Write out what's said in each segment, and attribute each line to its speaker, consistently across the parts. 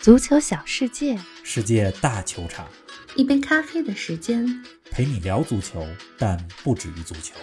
Speaker 1: 足球小世界，
Speaker 2: 世界大球场，
Speaker 1: 一杯咖啡的时间。
Speaker 2: 陪你聊足球，但不止于足球。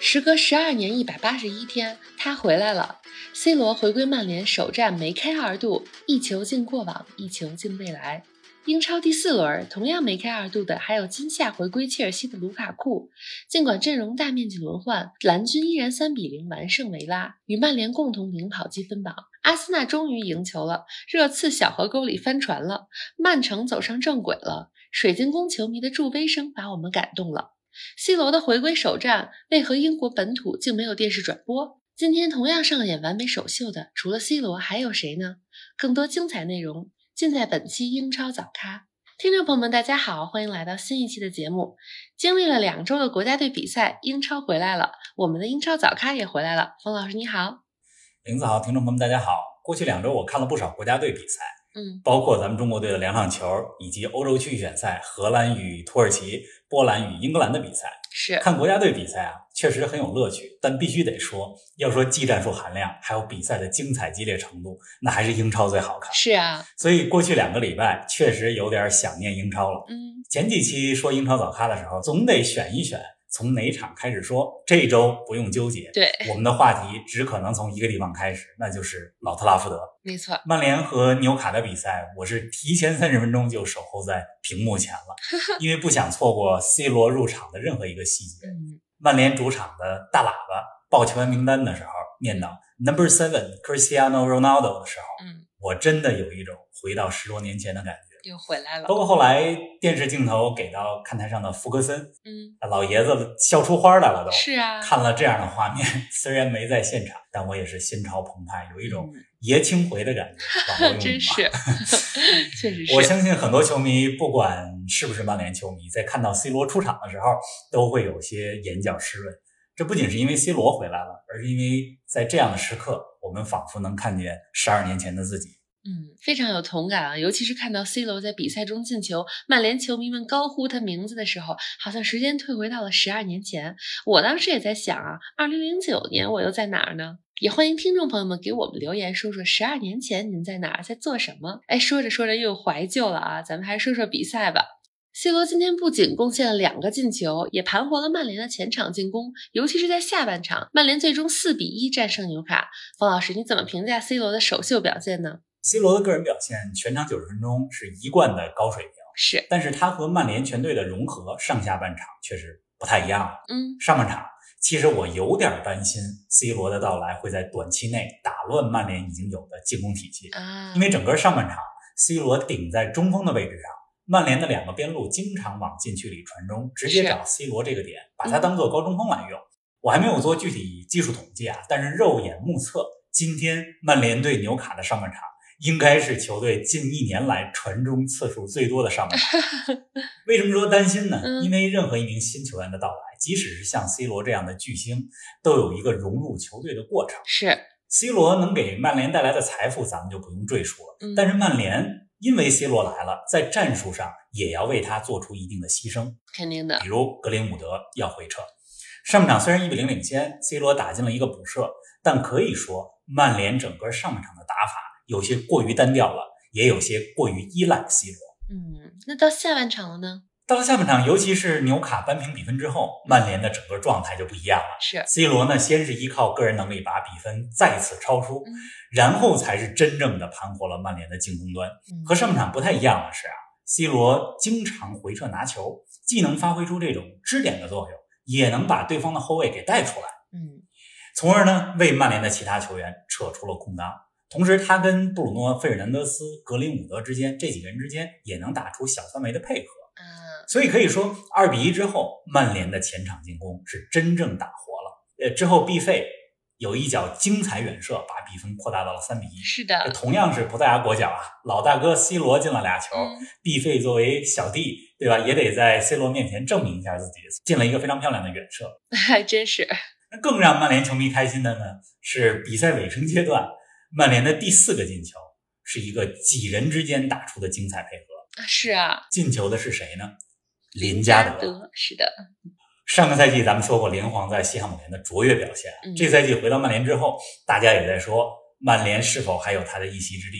Speaker 3: 时隔十二年一百八十一天，他回来了。C 罗回归曼联首战梅开二度，一球进过往，一球进未来。英超第四轮同样梅开二度的还有今夏回归切尔西的卢卡库。尽管阵容大面积轮换，蓝军依然三比零完胜维拉，与曼联共同领跑积分榜。阿森纳终于赢球了，热刺小河沟里翻船了，曼城走上正轨了。水晶宫球迷的助威声把我们感动了。C 罗的回归首战为何英国本土竟没有电视转播？今天同样上演完美首秀的，除了 C 罗还有谁呢？更多精彩内容尽在本期英超早咖。听众朋友们，大家好，欢迎来到新一期的节目。经历了两周的国家队比赛，英超回来了，我们的英超早咖也回来了。冯老师你好，
Speaker 2: 林子好，听众朋友们，大家好。过去两周我看了不少国家队比赛，
Speaker 3: 嗯，
Speaker 2: 包括咱们中国队的两场球，以及欧洲区预选赛荷兰与土耳其、波兰与英格兰的比赛。
Speaker 3: 是
Speaker 2: 看国家队比赛啊，确实很有乐趣，但必须得说，要说技战术含量，还有比赛的精彩激烈程度，那还是英超最好看。
Speaker 3: 是啊，
Speaker 2: 所以过去两个礼拜确实有点想念英超了。
Speaker 3: 嗯，
Speaker 2: 前几期说英超早咖的时候，总得选一选从哪场开始说。这周不用纠结，
Speaker 3: 对，
Speaker 2: 我们的话题只可能从一个地方开始，那就是老特拉福德。
Speaker 3: 没错，
Speaker 2: 曼联和纽卡的比赛，我是提前三十分钟就守候在屏幕前了，因为不想错过 C 罗入场的任何一个细节。
Speaker 3: 嗯，
Speaker 2: 曼联主场的大喇叭报球员名单的时候，念到 Number Seven Cristiano Ronaldo 的时候，
Speaker 3: 嗯，
Speaker 2: 我真的有一种回到十多年前的感觉。
Speaker 3: 又回来了
Speaker 2: 包，括后来电视镜头给到看台上的福格森
Speaker 3: 嗯，
Speaker 2: 老爷子笑出花来了都。
Speaker 3: 是啊，
Speaker 2: 看了这样的画面， 虽然没在现场，但我也是心潮澎湃，有一种
Speaker 3: 嗯
Speaker 2: 爷青回的感觉。网 络用语
Speaker 3: 真
Speaker 2: 嘛
Speaker 3: 是，确实是，
Speaker 2: 我相信很多球迷，不管是不是曼联球迷，在看到 C 罗出场的时候，都会有些眼角湿润。这不仅是因为 C 罗回来了，而是因为在这样的时刻，我们仿佛能看见十二年前的自己。
Speaker 3: 嗯，非常有同感啊！尤其是看到 C 罗在比赛中进球，曼联球迷们高呼他名字的时候，好像时间退回到了十二年前。我当时也在想啊，二零零九年我又在哪儿呢？也欢迎听众朋友们给我们留言，说说十二年前您在哪儿，在做什么？哎，说着说着又怀旧了啊！咱们还是说说比赛吧。C 罗今天不仅贡献了两个进球，也盘活了曼联的前场进攻，尤其是在下半场，曼联最终四比一战胜纽卡。冯老师，你怎么评价 C 罗的首秀表现呢？
Speaker 2: C 罗的个人表现，全场九十分钟是一贯的高水平，
Speaker 3: 是，
Speaker 2: 但是他和曼联全队的融合，上下半场确实不太一样了。
Speaker 3: 嗯
Speaker 2: 上半场，其实我有点担心 C 罗的到来会在短期内打乱曼联已经有的进攻体系，
Speaker 3: 啊，
Speaker 2: 因为整个上半场，C 罗顶在中锋的位置上，曼联的两个边路经常往禁区里传中，直接
Speaker 3: 是嗯
Speaker 2: 找 C 罗这个点，把它当做高中锋来用。我还没有做具体技术统计啊，但是肉眼目测，今天曼联对纽卡的上半场应该是球队近一年来传中次数最多的上 半场。为什么说担心呢？
Speaker 3: 嗯
Speaker 2: 因为任何一名新球员的到来，即使是像 C 罗这样的巨星，都有一个融入球队的过程。
Speaker 3: 是，
Speaker 2: C 罗能给曼联带来的财富，咱们就不用赘述了。
Speaker 3: 嗯
Speaker 2: 但是曼联因为 C 罗来了，在战术上也要为他做出一定的牺牲，
Speaker 3: 肯定的
Speaker 2: 比，如格林伍德要回撤。上半场虽然一比零领先，C 罗打进了一个补射，但可以说曼联整个上半场的打法有些过于单调了，也有些过于依赖 C 罗。
Speaker 3: 嗯，那到下半场了呢？
Speaker 2: 到了下半场，尤其是纽卡扳平比分之后，曼联的整个状态就不一样了。
Speaker 3: 是，
Speaker 2: C 罗呢，先是依靠个人能力把比分再次超出，
Speaker 3: 嗯
Speaker 2: 然后才是真正的盘活了曼联的进攻端。
Speaker 3: 嗯
Speaker 2: 和上半场不太一样的是啊，C 罗经常回撤拿球，既能发挥出这种支点的作用，也能把对方的后卫给带出来，
Speaker 3: 嗯
Speaker 2: 从而呢为曼联的其他球员扯出了空当。同时，他跟布鲁诺·费尔南德斯、格林伍德之间这几个人之间也能打出小范围的配合。
Speaker 3: 啊，
Speaker 2: 所以可以说，二比一之后，曼联的前场进攻是真正打活了。呃，之后 B 费有一脚精彩远射，把比分扩大到了三比一。
Speaker 3: 是
Speaker 2: 这
Speaker 3: 的，
Speaker 2: 同样是葡萄牙国脚啊，老大哥 C 罗进了俩球
Speaker 3: 嗯
Speaker 2: ，B 费作为小弟，对吧，也得在 C 罗面前证明一下自己，进了一个非常漂亮的远射。
Speaker 3: 还真是，啊
Speaker 2: 那更让曼联球迷开心的呢，是比赛尾声阶段，曼联的第四个进球是一个几人之间打出的精彩配合。
Speaker 3: 啊是啊，
Speaker 2: 进球的是谁呢？林加德。
Speaker 3: 德，是的，
Speaker 2: 上个赛季咱们说过林皇在西汉姆联的卓越表现，
Speaker 3: 嗯
Speaker 2: 这赛季回到曼联之后，大家也在说曼联是否还有他的一席之地。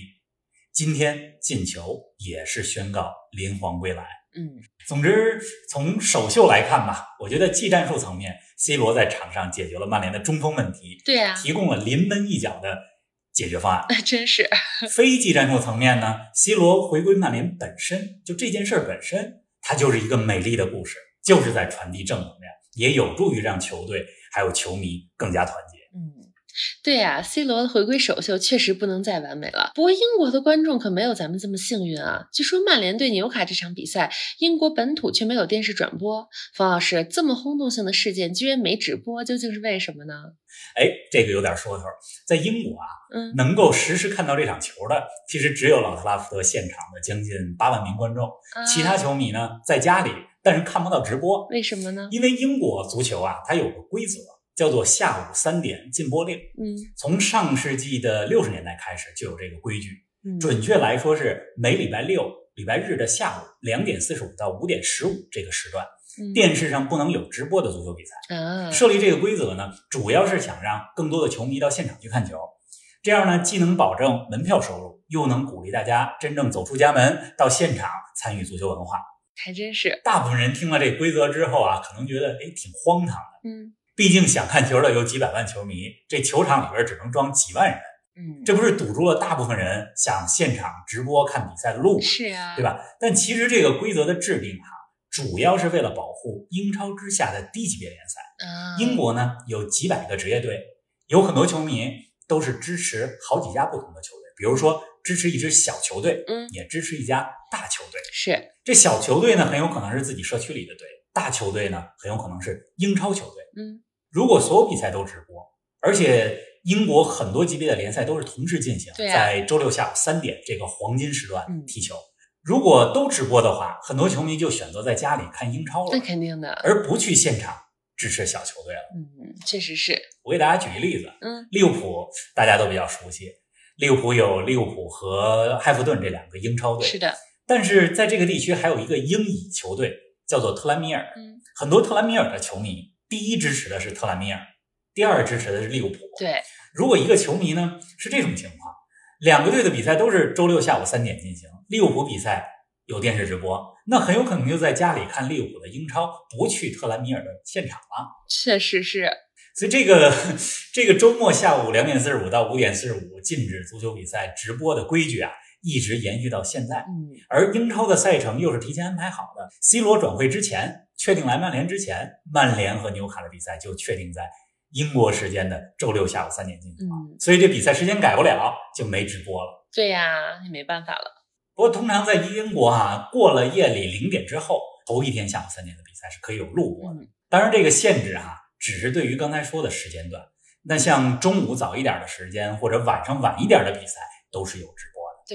Speaker 2: 今天进球也是宣告林皇归来。
Speaker 3: 嗯，
Speaker 2: 总之，从首秀来看吧，我觉得技战术层面，C 罗在场上解决了曼联的中锋问题，
Speaker 3: 对啊，
Speaker 2: 提供了临门一脚的解决方 案。
Speaker 3: 真是
Speaker 2: 非技战术层面呢，C 罗回归曼联本身就这件事儿本身，它就是一个美丽的故事，就是在传递正能量，也有助于让球队还有球迷更加团结。
Speaker 3: 嗯，对呀、c 罗的回归首秀确实不能再完美了。不过英国的观众可没有咱们这么幸运啊！据说曼联对纽卡这场比赛，英国本土却没有电视转播。冯老师，这么轰动性的事件居然没直播，究竟是为什么呢？
Speaker 2: 哎，这个有点说头，在英国啊，
Speaker 3: 嗯，
Speaker 2: 能够实时看到这场球的，其实只有老特拉福德现场的将近八万名观众，
Speaker 3: 啊
Speaker 2: 其他球迷呢在家里，但是看不到直播，
Speaker 3: 为什么呢？
Speaker 2: 因为英国足球啊，它有个规则叫做下午三点禁播令，
Speaker 3: 嗯
Speaker 2: 从上世纪的六十年代开始就有这个规矩。
Speaker 3: 嗯，
Speaker 2: 准确来说是每礼拜六、礼拜日的下午两点四十五到五点十五这个时段，
Speaker 3: 嗯
Speaker 2: 电视上不能有直播的足球比赛。
Speaker 3: 啊，
Speaker 2: 设立这个规则呢，主要是想让更多的球迷到现场去看球，这样呢，既能保证门票收入，又能鼓励大家真正走出家门到现场参与足球文化。
Speaker 3: 还真是，
Speaker 2: 大部分人听了这规则之后啊，可能觉得哎挺荒唐的，
Speaker 3: 嗯
Speaker 2: 毕竟想看球的有几百万球迷，这球场里边只能装几万人，
Speaker 3: 嗯，
Speaker 2: 这不是堵住了大部分人想现场直播看比赛的路吗？
Speaker 3: 是啊，
Speaker 2: 对？吧？但其实这个规则的制定哈、主要是为了保护英超之下的低级别联赛。
Speaker 3: 啊，
Speaker 2: 英国呢有几百个职业队，有很多球迷都是支持好几家不同的球队，比如说支持一支小球队，
Speaker 3: 嗯
Speaker 2: 也支持一家大球队。
Speaker 3: 是，
Speaker 2: 这小球队呢很有可能是自己社区里的队，大球队呢很有可能是英超球队。
Speaker 3: 嗯
Speaker 2: 如果所有比赛都直播，而且英国很多级别的联赛都是同时进行，
Speaker 3: 对啊
Speaker 2: 在周六下午三点这个黄金时段
Speaker 3: 嗯
Speaker 2: 踢球。如果都直播的话，很多球迷就选择在家里看英超
Speaker 3: 那
Speaker 2: 了，
Speaker 3: 肯定的，
Speaker 2: 而不去现场支持小球队了。
Speaker 3: 嗯，确实是，
Speaker 2: 我给大家举一例子，
Speaker 3: 嗯
Speaker 2: 利物浦大家都比较熟悉，利物浦有利物浦和埃弗顿这两个英超队，
Speaker 3: 是的，
Speaker 2: 但是在这个地区还有一个英乙球队叫做特兰米尔，
Speaker 3: 嗯，
Speaker 2: 很多特兰米尔的球迷第一支持的是特兰米尔，第二支持的是利物浦。
Speaker 3: 对，
Speaker 2: 如果一个球迷呢是这种情况，两个队的比赛都是周六下午三点进行，利物浦比赛有电视直播，那很有可能就在家里看利物浦的英超，不去特兰米尔的现场了。
Speaker 3: 确实是，
Speaker 2: 所以这个 这个周末下午两点四十五到五点四十五禁止足球比赛直播的规矩啊，一直延续到现在。
Speaker 3: 嗯。
Speaker 2: 而英超的赛程又是提前安排好的。C 罗转会之前，确定来曼联之前，曼联和纽卡的比赛就确定在英国时间的周六下午三点进行。
Speaker 3: 嗯，
Speaker 2: 所以这比赛时间改不了，就没直播了。
Speaker 3: 对呀、也没办法了。
Speaker 2: 不过通常在英国啊，过了夜里零点之后，头一天下午三点的比赛是可以有录播的。
Speaker 3: 嗯
Speaker 2: 当然，这个限制啊，只是对于刚才说的时间段。那像中午早一点的时间，或者晚上晚一点的比赛，都是有直播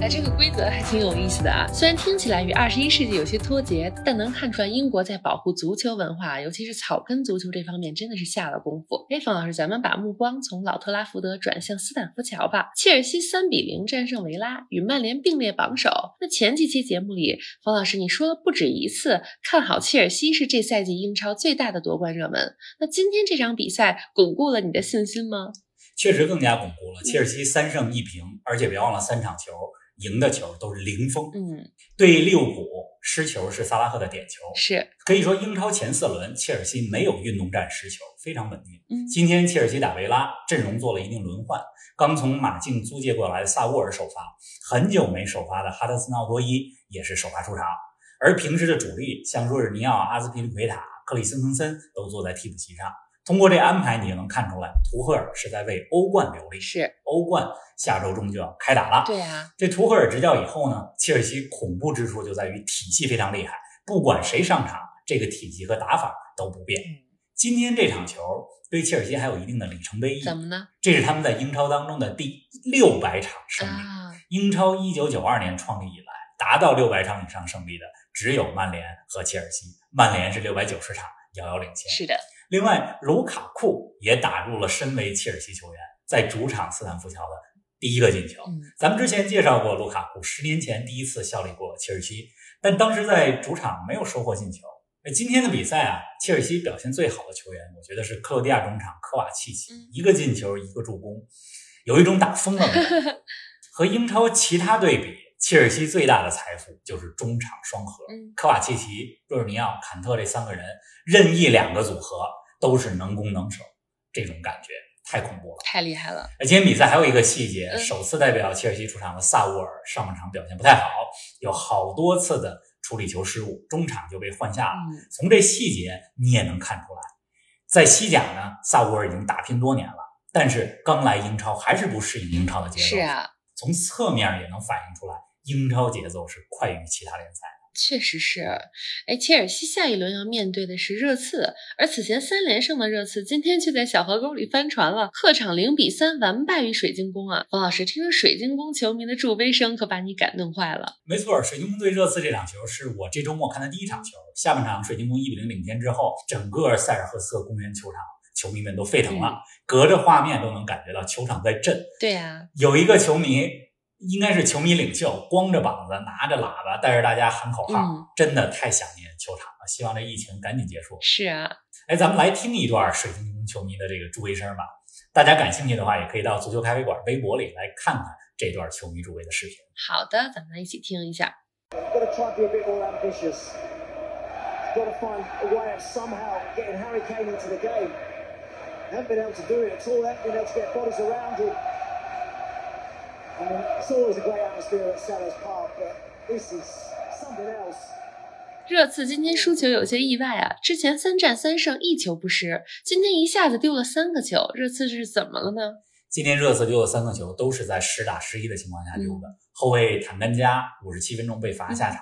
Speaker 3: 哎，这个规则还挺有意思的啊。虽然听起来与二十一世纪有些脱节，但能看出来英国在保护足球文化，尤其是草根足球这方面，真的是下了功夫。哎，冯老师，咱们把目光从老特拉福德转向斯坦福桥吧。切尔西三比零战胜维拉，与曼联并列榜首。那前几期节目里，冯老师你说了不止一次，看好切尔西是这赛季英超最大的夺冠热门。那今天这场比赛巩固了你的信心吗？
Speaker 2: 确实更加巩固了切尔西三胜一平，而且别忘了三场球赢的球都是零封。
Speaker 3: 嗯，
Speaker 2: 对利物浦失球是萨拉赫的点球，
Speaker 3: 是，
Speaker 2: 可以说英超前四轮切尔西没有运动战失球，非常稳定。
Speaker 3: 嗯
Speaker 2: 今天切尔西打维拉，阵容做了一定轮换，刚从马竞租借过来的萨沃尔首发，很久没首发的哈德森奥多伊也是首发出场，而平时的主力像若日尼奥、阿兹皮利奎塔、克里斯滕森都坐在替补席上。通过这安排，你就能看出来，图赫尔是在为欧冠留力。
Speaker 3: 是，
Speaker 2: 欧冠下周中就要开打了，
Speaker 3: 对啊，
Speaker 2: 这图赫尔执教以后呢，切尔西恐怖之处就在于体系非常厉害，不管谁上场，这个体系和打法都不变。
Speaker 3: 嗯，
Speaker 2: 今天这场球对切尔西还有一定的里程碑意义
Speaker 3: 怎，么呢？
Speaker 2: 这是他们在英超当中的第六百场胜利。
Speaker 3: 啊，
Speaker 2: 英超一九九二年创立以来，达到六百场以上胜利的只有曼联和切尔西，曼联是六百九十场，遥遥领先。
Speaker 3: 是的，
Speaker 2: 另外，卢卡库也打入了身为切尔西球员在主场斯坦福桥的第一个进球。
Speaker 3: 嗯，
Speaker 2: 咱们之前介绍过卢卡库，十年前第一次效力过切尔西，但当时在主场没有收获进球。呃今天的比赛啊，切尔西表现最好的球员，我觉得是克罗地亚中场科瓦契奇
Speaker 3: 嗯，
Speaker 2: 一个进球，一个助攻，有一种打疯了的感 觉。和英超其他对比，切尔西最大的财富就是中场双核，
Speaker 3: 嗯
Speaker 2: 科瓦契奇、若尔尼奥、坎特这三个人，任意两个组合都是能攻能守，这种感觉太恐怖了。
Speaker 3: 太厉害了。
Speaker 2: 而今天比赛还有一个细节，
Speaker 3: 嗯
Speaker 2: 首次代表切尔西出场的萨乌尔上半场表现不太好，有好多次的处理球失误，中场就被换下了。
Speaker 3: 嗯，
Speaker 2: 从这细节你也能看出来，在西甲呢，萨乌尔已经打拼多年了，但是刚来英超还是不适应英超的节奏。
Speaker 3: 是，啊，
Speaker 2: 从侧面也能反映出来，英超节奏是快于其他联赛。
Speaker 3: 确实是。哎，切尔西下一轮要面对的是热刺，而此前三连胜的热刺今天却在小河沟里翻船了，客场零比三完败于水晶宫啊！冯老师，听着水晶宫球迷的助威声，可把你感动坏了。
Speaker 2: 没错，水晶宫对热刺这场球是我这周末看的第一场球。下半场水晶宫一比零领先之后，整个塞尔赫斯公园球场球迷们都沸腾了，
Speaker 3: 嗯
Speaker 2: 隔着画面都能感觉到球场在震。
Speaker 3: 对啊，
Speaker 2: 有一个球迷，应该是球迷领袖，光着膀子，拿着喇叭，带着大家喊口号，
Speaker 3: 嗯
Speaker 2: 真的太想念球场了。希望这疫情赶紧结束。
Speaker 3: 是啊，
Speaker 2: 哎，咱们来听一段水晶宫球迷的这个助威声吧。大家感兴趣的话，也可以到足球咖啡馆微博里来看看这段球迷助威的视频。
Speaker 3: 好的，咱们来一起听一下。
Speaker 4: Got to try to be a bit more ambitious. Got to find a way of somehow getting Harry Kane into the game. Haven't been able to do it at all. Haven't been able to get bodies around him. I mean, it's always a great atmosphere at Sellers Park, but this is something else.
Speaker 3: 热刺今天输球有些意外啊，之前三战三胜一球不失，今天一下子丢了三个球，热刺是怎么了呢？
Speaker 2: 今天热刺丢了三个球，都是在十打十一的情况下丢的。后卫坦甘加五十七分钟被罚下场，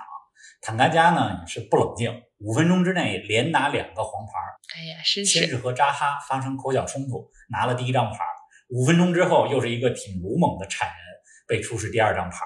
Speaker 2: 坦甘加呢也是不冷静，五分钟之内连拿两个黄牌，
Speaker 3: 哎呀，真
Speaker 2: 先
Speaker 3: 是
Speaker 2: 是和扎哈发生口角冲突，拿了第一张牌，五分钟之后又是一个挺鲁莽的铲人，被出示第二张牌。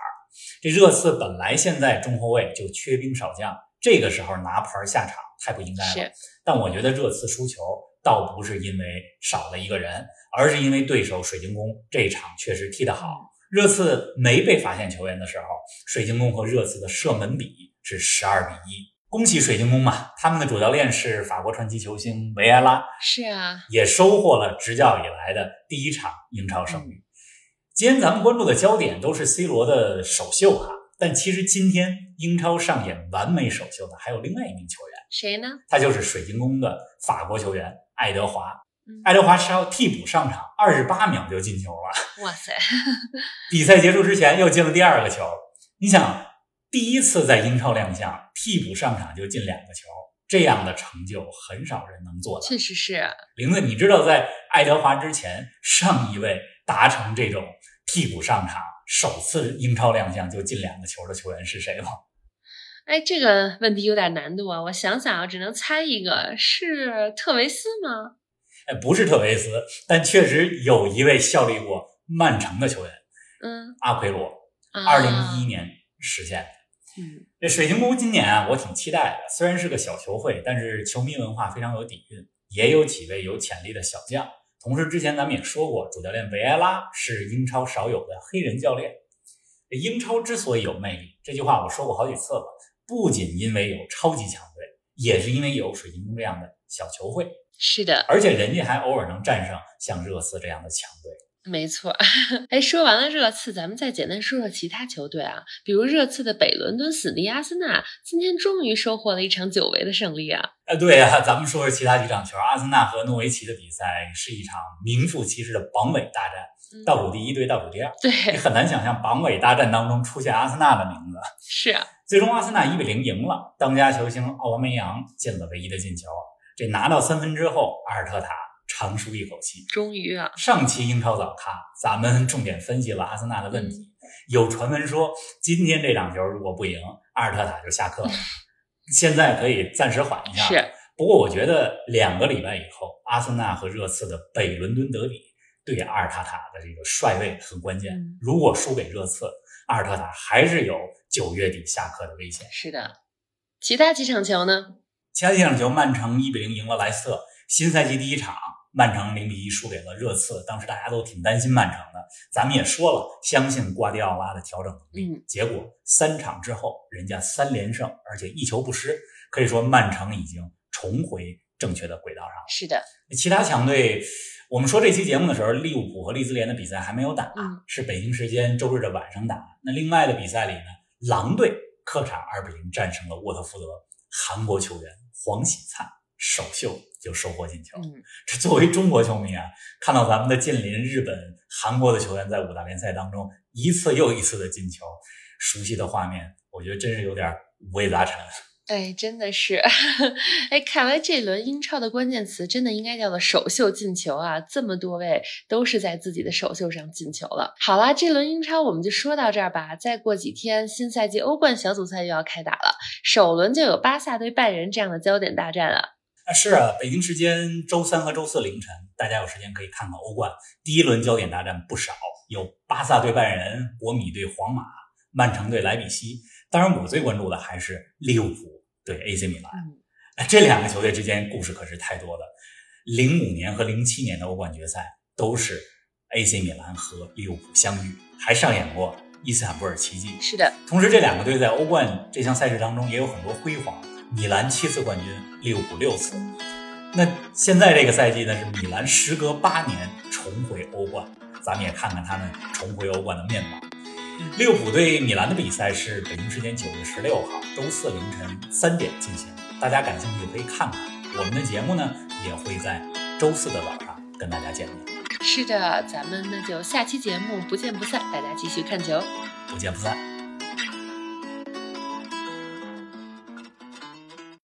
Speaker 2: 这热刺本来现在中后卫就缺兵少将，这个时候拿牌下场太不应该了
Speaker 3: 是。
Speaker 2: 但我觉得热刺输球倒不是因为少了一个人，而是因为对手水晶宫这一场确实踢得好。热刺没被发现球员的时候，水晶宫和热刺的射门比是十二比一。恭喜水晶宫嘛，他们的主教练是法国传奇球星维埃拉，
Speaker 3: 是啊，
Speaker 2: 也收获了执教以来的第一场英超胜利。今天咱们关注的焦点都是 C 罗的首秀哈、但其实今天英超上演完美首秀的还有另外一名球员。
Speaker 3: 谁呢？
Speaker 2: 他就是水晶宫的法国球员爱德华。
Speaker 3: 嗯
Speaker 2: 爱德华是要替补上场，二十八秒就进球了。
Speaker 3: 哇塞，
Speaker 2: 比赛结束之前又进了第二个球。你想，第一次在英超亮相，替补上场就进两个球，这样的成就很少人能做到。
Speaker 3: 确实是啊
Speaker 2: 玲子，你知道在爱德华之前，上一位达成这种替补上场、首次英超亮相就进两个球的球员是谁吗？
Speaker 3: 哎，这个问题有点难度啊！我想想啊，只能猜一个，是特维斯吗？
Speaker 2: 哎，不是特维斯，但确实有一位效力过曼城的球员。
Speaker 3: 嗯，
Speaker 2: 阿奎罗，
Speaker 3: 啊
Speaker 2: 二零一一，年实现的。
Speaker 3: 嗯，
Speaker 2: 这水晶宫今年啊，我挺期待的。虽然是个小球会，但是球迷文化非常有底蕴，也有几位有潜力的小将。同时，之前咱们也说过，主教练维埃拉是英超少有的黑人教练。这英超之所以有魅力，这句话我说过好几次了，不仅因为有超级强队，也是因为有水晶宫这样的小球会，
Speaker 3: 是的，
Speaker 2: 而且人家还偶尔能战胜像热刺这样的强队。
Speaker 3: 没错。 哎，说完了热刺，咱们再简单说说其他球队啊，比如热刺的北伦敦死敌阿森纳，今天终于收获了一场久违的胜利啊！
Speaker 2: 呃，对呀、咱们说说其他几场球，阿森纳和诺维奇的比赛是一场名副其实的榜尾大战，
Speaker 3: 嗯
Speaker 2: 倒数第一对倒数第二，你
Speaker 3: 对，
Speaker 2: 很难想象榜尾大战当中出现阿森纳的名字。
Speaker 3: 是啊，
Speaker 2: 最终，阿森纳一比零赢了，当家球星奥巴梅扬进了唯一的进球。这拿到三分之后，阿尔特塔长舒一口气。
Speaker 3: 终于啊，
Speaker 2: 上期英超早咖，咱们重点分析了阿森纳的问题。有传闻说，今天这场球如果不赢，阿尔特塔就下 课了。现在可以暂时缓一下，
Speaker 3: 是
Speaker 2: 不过我觉得两个礼拜以后，阿森纳和热刺的北伦敦德比对阿尔塔塔的这个帅位很关键
Speaker 3: 嗯。
Speaker 2: 如果输给热刺，阿尔特塔还是有九月底下课的危险。
Speaker 3: 是的，其他几场球呢？
Speaker 2: 其他几场球，曼城一比零赢了莱斯特，新赛季第一场，曼城零比一输给了热刺。当时大家都挺担心曼城的，咱们也说了，相信瓜迪奥拉的调整能力。
Speaker 3: 嗯
Speaker 2: 结果三场之后，人家三连胜，而且一球不失，可以说曼城已经重回正确的轨道上了。
Speaker 3: 是的，
Speaker 2: 其他强队，我们说这期节目的时候，利物浦和利兹联的比赛还没有打，
Speaker 3: 嗯
Speaker 2: 是北京时间周日的晚上打。那另外的比赛里呢，狼队客场二比零战胜了沃特福德，韩国球员黄喜灿首秀就收获进球。
Speaker 3: 嗯，
Speaker 2: 这作为中国球迷啊，看到咱们的近邻日本、韩国的球员在五大联赛当中一次又一次的进球，熟悉的画面，我觉得真是有点五味杂陈。
Speaker 3: 哎，真的是， 哎，看来这轮英超的关键词真的应该叫做首秀进球啊！这么多位都是在自己的首秀上进球了。好啦，这轮英超我们就说到这儿吧。再过几天，新赛季欧冠小组赛又要开打了，首轮就有巴萨对拜仁这样的焦点大战啊。
Speaker 2: 啊，是啊，北京时间周三和周四凌晨，大家有时间可以看看欧冠第一轮焦点大战不少，有巴萨对拜仁、国米对皇马、曼城对莱比锡。当然，我最关注的还是利物浦对 AC 米兰。
Speaker 3: 嗯，
Speaker 2: 哎这两个球队之间故事可是太多了。零五年和零七年的欧冠决赛都是 AC 米兰和利物浦相遇，还上演过伊斯坦布尔奇迹。
Speaker 3: 是的，
Speaker 2: 同时，这两个队在欧冠这项赛事当中也有很多辉煌，米兰七次冠军，利物浦六次。那现在这个赛季呢，是米兰时隔八年重回欧冠，咱们也看看他们重回欧冠的面貌。利物浦对米兰的比赛是北京时间九月十六号周四凌晨三点进行，大家感兴趣可以看看。我们的节目呢也会在周四的早上跟大家见面，
Speaker 3: 是的，咱们那就下期节目不见不散，大家继续看球。
Speaker 2: 不见不散。